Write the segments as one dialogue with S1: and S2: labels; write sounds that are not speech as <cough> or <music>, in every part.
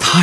S1: 他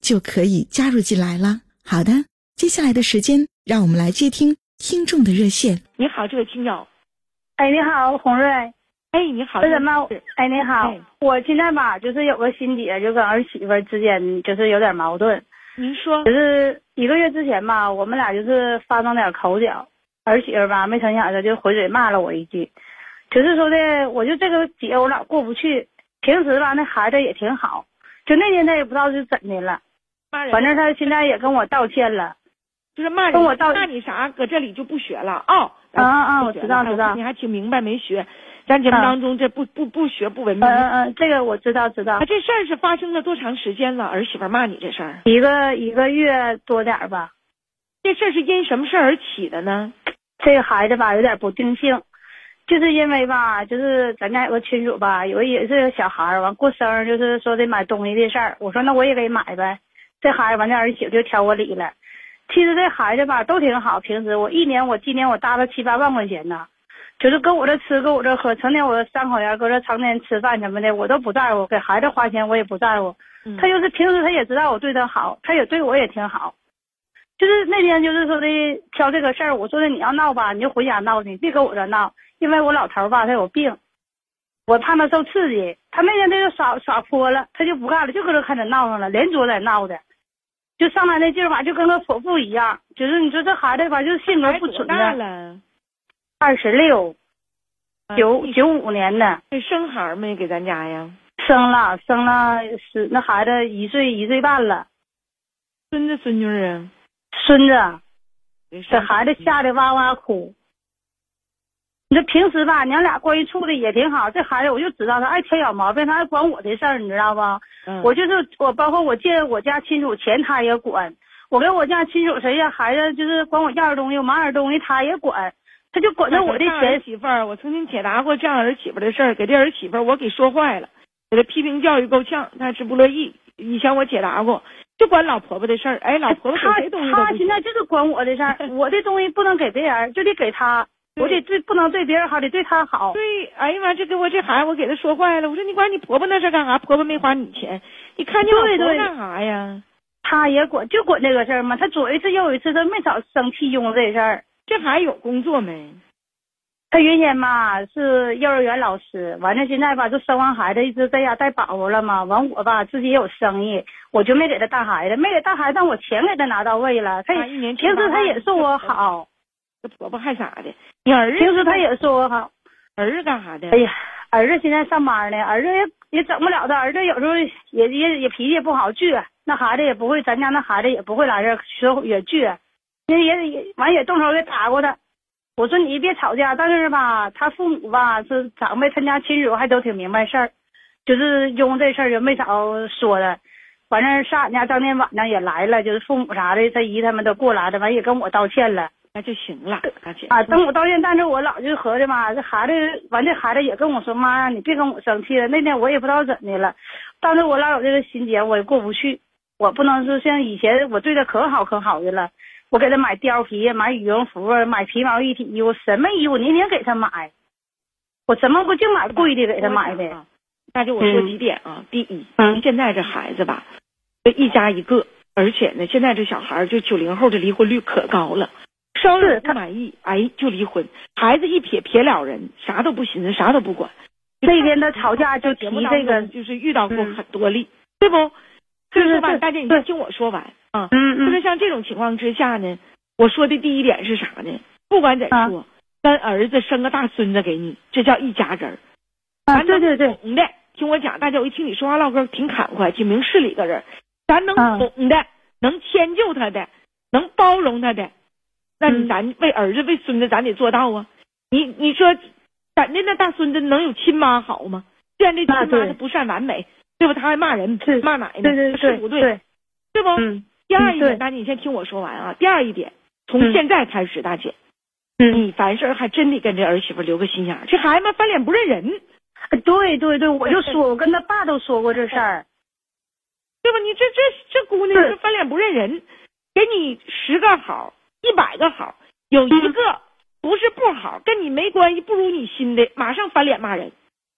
S2: 就可以加入进来了。好的，接下来的时间，让我们来接听听众的热线。
S3: 你好，这位听友。
S4: 哎，你好，洪瑞。
S3: 哎，你好。
S4: 那什么？哎，你好，
S3: 哎
S4: 我现在吧，就是有个心结，就跟儿媳妇儿之间就是有点矛盾。
S3: 您说
S4: 就是一个月之前吧，我们俩就是发生点口角，儿媳妇儿吧没成想着就回嘴骂了我一句，就是说的我就这个节我俩过不去。平时吧那孩子也挺好，就那天他也不知道是怎的了，
S3: 骂人，
S4: 反正他现在也跟我道歉了。
S3: 就是骂
S4: 跟
S3: 你，
S4: 我道
S3: 骂你啥，搁这里就不学了哦。
S4: 啊啊
S3: 不学
S4: 我知道
S3: 了
S4: 知道
S3: 你还挺明白，没学。咱节目
S4: 嗯
S3: 当中这不不不学不文明。
S4: 嗯
S3: 啊，
S4: 嗯嗯，这个我知道知道，
S3: 这事儿是发生了多长时间了？儿媳妇骂你这事儿，
S4: 一个一个月多点儿吧。
S3: 这事儿是因什么事儿而起的呢？
S4: 这个孩子吧有点不定性，就是因为吧，就是咱家有个亲属吧，有也是个小孩儿，完过生日就是说得买东西的事儿，我说那我也给买呗。这孩子完这儿媳妇就挑我理了。其实这孩子吧都挺好，平时我一年我今年我搭了七八万块钱呢，就是搁我这吃搁我这喝，成天我这三口人搁这常年吃饭什么的，我都不在乎，给孩子花钱我也不在乎。
S3: 嗯
S4: 他就是平时他也知道我对他好，他也对我也挺好。就是那天就是说的挑这个事儿，我说的你要闹吧，你就回家闹去，你别跟我这闹，因为我老头儿吧他有病，我怕他受刺激。他那天他就耍耍泼了，他就不干了，就搁这开始闹上了，连桌带闹的，就上来那劲儿吧，就跟个泼妇一样。就是你说这孩子吧，就是性格
S3: 孩
S4: 不啊
S3: 子多
S4: 纯
S3: 大
S4: 的，
S3: 了？
S4: 二十六
S3: 啊
S4: 九
S3: 你
S4: 九五年的。
S3: 这生孩儿没给咱家呀？
S4: 生了，生了是那孩子一岁一岁半了，
S3: 孙子孙女儿啊？
S4: 孙子，
S3: 这
S4: 这孩
S3: 嗯
S4: 子吓得哇哇哭。你这平时吧，娘俩关系处的也挺好。这孩子我就知道他爱挑小毛病，他爱管我的事儿，你知道吧？
S3: 嗯
S4: 我就是我，包括我借我家亲属钱，他也管；我跟我家亲属谁家孩子就是管我要点东西，我忙点东西，他也管。他就管着我的
S3: 这儿
S4: 钱，
S3: 媳妇儿，我曾经解答过这样儿媳妇儿的事儿，给这儿媳妇儿我给说坏了，给她批评教育够呛，她是不乐意。以前我解答过，就管老婆婆的事儿，哎，老婆婆
S4: 他
S3: 给谁东西都
S4: 他
S3: 不行
S4: 现在就是管我的
S3: <laughs>
S4: 事儿，我的东西不能给别人，就得给他。我得对不能对别人好，得对他好。
S3: 对，哎呀妈，这给我这孩子我给她说坏了，我说你管你婆婆那事儿干啥？婆婆没花你钱，你看你老
S4: 对
S3: 婆婆
S4: 对
S3: 干啥呀？
S4: 他也管，就管这个事儿嘛。他左一次右一次，他没少生气用这事儿。
S3: 这孩子有工作没？
S4: 他原先吧是幼儿园老师，完了现在吧就生完孩子一直在家带宝宝了嘛。完我吧自己也有生意，我就没给他带孩子，没给带孩子，但我钱给他拿到位了。他
S3: 啊一
S4: 也
S3: 年
S4: 平时他也说我
S3: 七八万
S4: 好，
S3: 这婆婆还咋的？你儿子
S4: 平时他也说我好。
S3: 儿子干啥的？
S4: 哎呀，儿子现在上班呢，儿子也也整不了他，儿子有时候也也也脾气也不好，倔。那孩子也不会，咱家那孩子也不会来这儿学也倔，那也也完也动手给打过他。我说你别吵架，但是吧，他父母吧是长辈，他家亲属还都挺明白事儿，就是因为这事儿就没少说他。完事儿上俺家当天晚上也来了，就是父母啥的，他姨他们都过来了，完也跟我道歉了。
S3: 那就行了，大姐
S4: 啊，等我到院，但是我老就合计嘛，这孩子完，这孩子也跟我说妈呀，你别跟我生气了。那天我也不知道怎的了，当时我老有这个心结，我也过不去。我不能说像以前我对他可好可好的了，我给他买貂皮、买羽绒服、啊买皮毛一体衣服，什么衣服年年给他买，我怎么不净买贵的给他买 <laughs>
S3: 我想
S4: 的？
S3: 啊。大姐，我说
S4: 嗯
S3: 几点啊？第一，
S4: 嗯
S3: 现在这孩子吧，这一家一个，而且呢，现在这小孩儿就九零后的离婚率可高了，稍有
S4: 是
S3: 不
S4: 他
S3: 满意，哎，就离婚，孩子一撇撇了人，啥都不寻思，啥都不管。
S4: 那天他吵架就提
S3: 节目当
S4: 这个
S3: 中，就是遇到过
S4: 嗯
S3: 很多例，对不？
S4: 是
S3: 所以说
S4: 是
S3: 吧，
S4: 是
S3: 大姐，你
S4: 对
S3: 听我说完，啊，
S4: 嗯
S3: 那么
S4: 嗯
S3: 像这种情况之下呢，我说的第一点是啥呢？不管怎
S4: 啊
S3: 说，咱儿子生个大孙子给你，这叫一家人儿。
S4: 啊，
S3: 咱
S4: 对对
S3: 能
S4: 对，
S3: 懂的，嗯听我讲，大家我一听你说话唠嗑挺啊侃快，挺明事理个人儿，咱能
S4: 嗯
S3: 懂的，能迁就他的，能包容他的，那你
S4: 嗯
S3: 咱为儿子为孙子，咱得做到啊。你你说，咱家那大孙子能有亲妈好吗？虽然这亲
S4: 那啊
S3: 妈
S4: 对
S3: 她不善完美，对吧？她还骂人
S4: 是，
S3: 骂奶奶，
S4: 对对
S3: 是
S4: 对
S3: 不
S4: 对
S3: 对？对不？
S4: 嗯
S3: 第二一
S4: 对
S3: 点，大姐，你先听我说完啊。第二一点，
S4: 嗯
S3: 从现在开始，大姐，
S4: 嗯，
S3: 你凡事儿还真得跟这儿媳妇留个心眼儿，这孩子们翻脸不认人。
S4: 对对对，我就说，我跟他爸都说过这事儿，
S3: 对吧？你这这这姑娘
S4: 对
S3: 这翻脸不认人，给你十个好，一百个好，有一个不是不好，跟你没关系，不如你心的，马上翻脸骂人。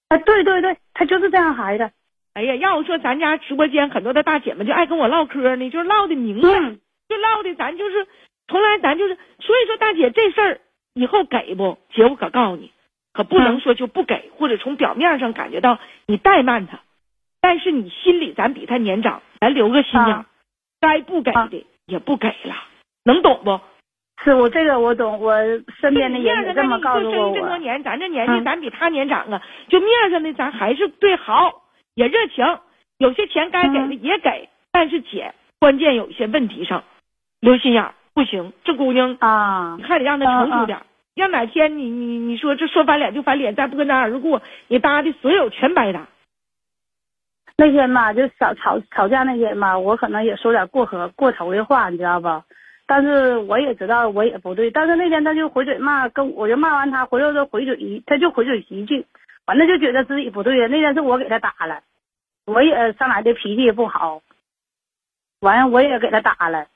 S4: 啊，对对对，他就是这样孩子，
S3: 哎呀，要我说咱家直播间很多的大姐们就爱跟我唠嗑呢，就唠的明白，
S4: 嗯
S3: 就唠的咱就是从来咱就是，所以说大姐这事儿以后给不，姐我可告诉你，可不
S4: 嗯
S3: 能说就不给，或者从表面上感觉到你怠慢他，但是你心里咱比他年长，咱留个心眼儿，
S4: 啊
S3: 该不给的也不给了，能懂不？
S4: 是我这个我懂，我身边的
S3: 面
S4: 人也
S3: 上的
S4: 这么
S3: 你
S4: 告诉
S3: 就
S4: 过
S3: 生这么多
S4: 我，
S3: 年，咱这年纪
S4: 嗯
S3: 咱比他年长啊，就面上的咱还是对好，也热情，有些钱该给的
S4: 嗯
S3: 也给，但是姐，关键有一些问题上，留心眼儿不行，这姑娘
S4: 啊
S3: 你，还得让她成熟点儿。要哪天你你你说这说翻脸就翻脸，再不跟咱儿子过，你搭的所有全白搭。
S4: 那天吧，就吵吵吵架那天吧，我可能也说点过河过头的话，你知道吧？但是我也知道我也不对，但是那天他就回嘴骂，跟我就骂完他，回头他回嘴一，他就回嘴一句，完了就觉得自己不对了。那天是我给他打了，我也上来这脾气也不好，完了我也给他打了。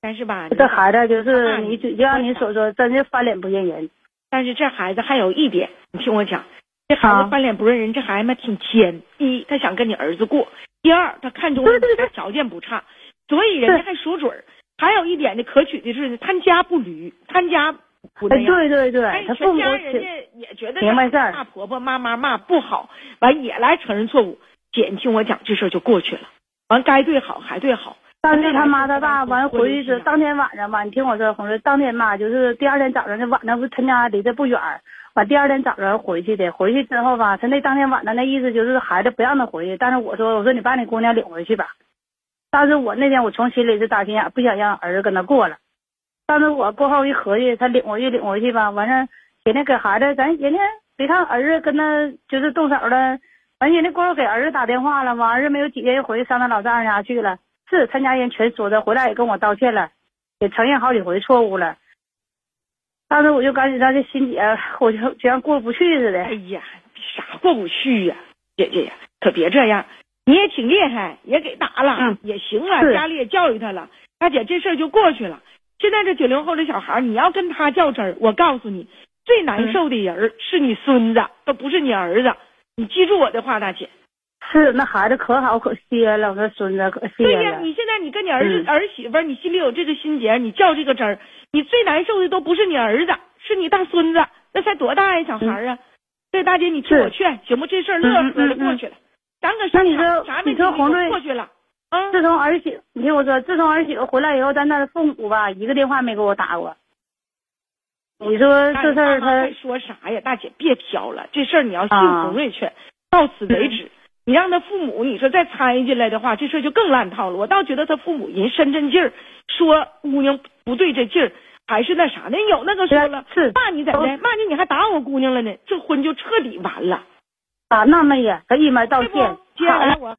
S3: 但是吧，
S4: 这孩子就是
S3: 嗯
S4: 你就就像你所说，真是翻脸不认人。
S3: 但是这孩子还有一点，你听我讲，这孩
S4: 啊
S3: 子翻脸不认人，这孩子嘛挺尖。第一，他想跟你儿子过；第二，他看中
S4: 对对
S3: 你
S4: 对
S3: 条件不差，所以人家还说准儿。还有一点呢，可取的是他家不驴，他家不那
S4: 哎，
S3: 样。
S4: 对对
S3: 哎
S4: 对，，他父
S3: 全
S4: 母
S3: 家人家也觉得
S4: 明白事儿
S3: 大婆婆妈妈骂不好，完也来承认错误。姐，你听我讲，这事儿就过去了。完该对好还对好，
S4: 当天他妈他爸完回去之后，当天晚上吧，你听我说，红瑞，当天吧，就是第二天早上，那晚上不是他家离这不远儿，完第二天早上回去的，回去之后吧，他那当天晚上那意思就是孩子不让他回去，但是我说我说你把你姑娘领回去吧，但是我那天我从心里是打心眼儿不想让儿子跟他过了，但是我过后一合计，他领回去领回去吧，完事人家给孩子，咱人家别看儿子跟他就是动手了，完人家过后给儿子打电话了，完儿子没有几天又回去上他老丈人家去了。是他家人全说的，回来也跟我道歉了，也承认好几回错误了。当时我就感觉到这心里，哎我就就像过不去似
S3: 哎
S4: 的。
S3: 呀，啥过不去呀、姐姐呀，可别这样，你也挺厉害，也给打了，
S4: 嗯
S3: 也行了，
S4: 是
S3: 家里也教育他了，大姐这事儿就过去了。现在这九零后的小孩儿，你要跟他较真儿，我告诉你，最
S4: 嗯
S3: 难受的人儿是你孙子，都不是你儿子。你记住我的话，大姐。
S4: 是那孩子可好可歇了，我说孙子可
S3: 对
S4: 歇
S3: 呀，
S4: 了。
S3: 你现在你跟你儿子、
S4: 嗯
S3: 儿媳妇儿，你心里有这个心结，你较这个真儿，你最难受的都不是你儿子，是你大孙子，那才多大呀，小孩儿啊！对，大姐，你听
S4: 是
S3: 我劝，行不？这事儿乐
S4: 嗯嗯嗯
S3: 呵的
S4: 嗯
S3: 过
S4: 嗯
S3: 去了，咱搁
S4: 那
S3: 商
S4: 你
S3: 场
S4: 说
S3: 啥
S4: 你
S3: 问题
S4: 说
S3: 都
S4: 黄队
S3: 过去了，啊，
S4: 自从儿媳，你听我说，自从儿媳妇回来以后，咱他的父母吧，一个电话没给我打过。你说
S3: 大
S4: 这事儿
S3: 妈妈
S4: 他
S3: 还说啥呀？大姐别挑了，这事儿你要信
S4: 啊
S3: 红瑞劝，到此
S4: 嗯
S3: 为止。你让他父母，你说再掺进来的话，这事儿就更烂套了。我倒觉得他父母人深真劲儿，说姑娘不对这劲儿，还是那啥，那有那个说了，
S4: 是
S3: 骂你怎的？骂你你还打我姑娘了呢？这婚就彻底完了，
S4: 啊打那么也，他一门道
S3: 对不
S4: 歉？，
S3: 接下来我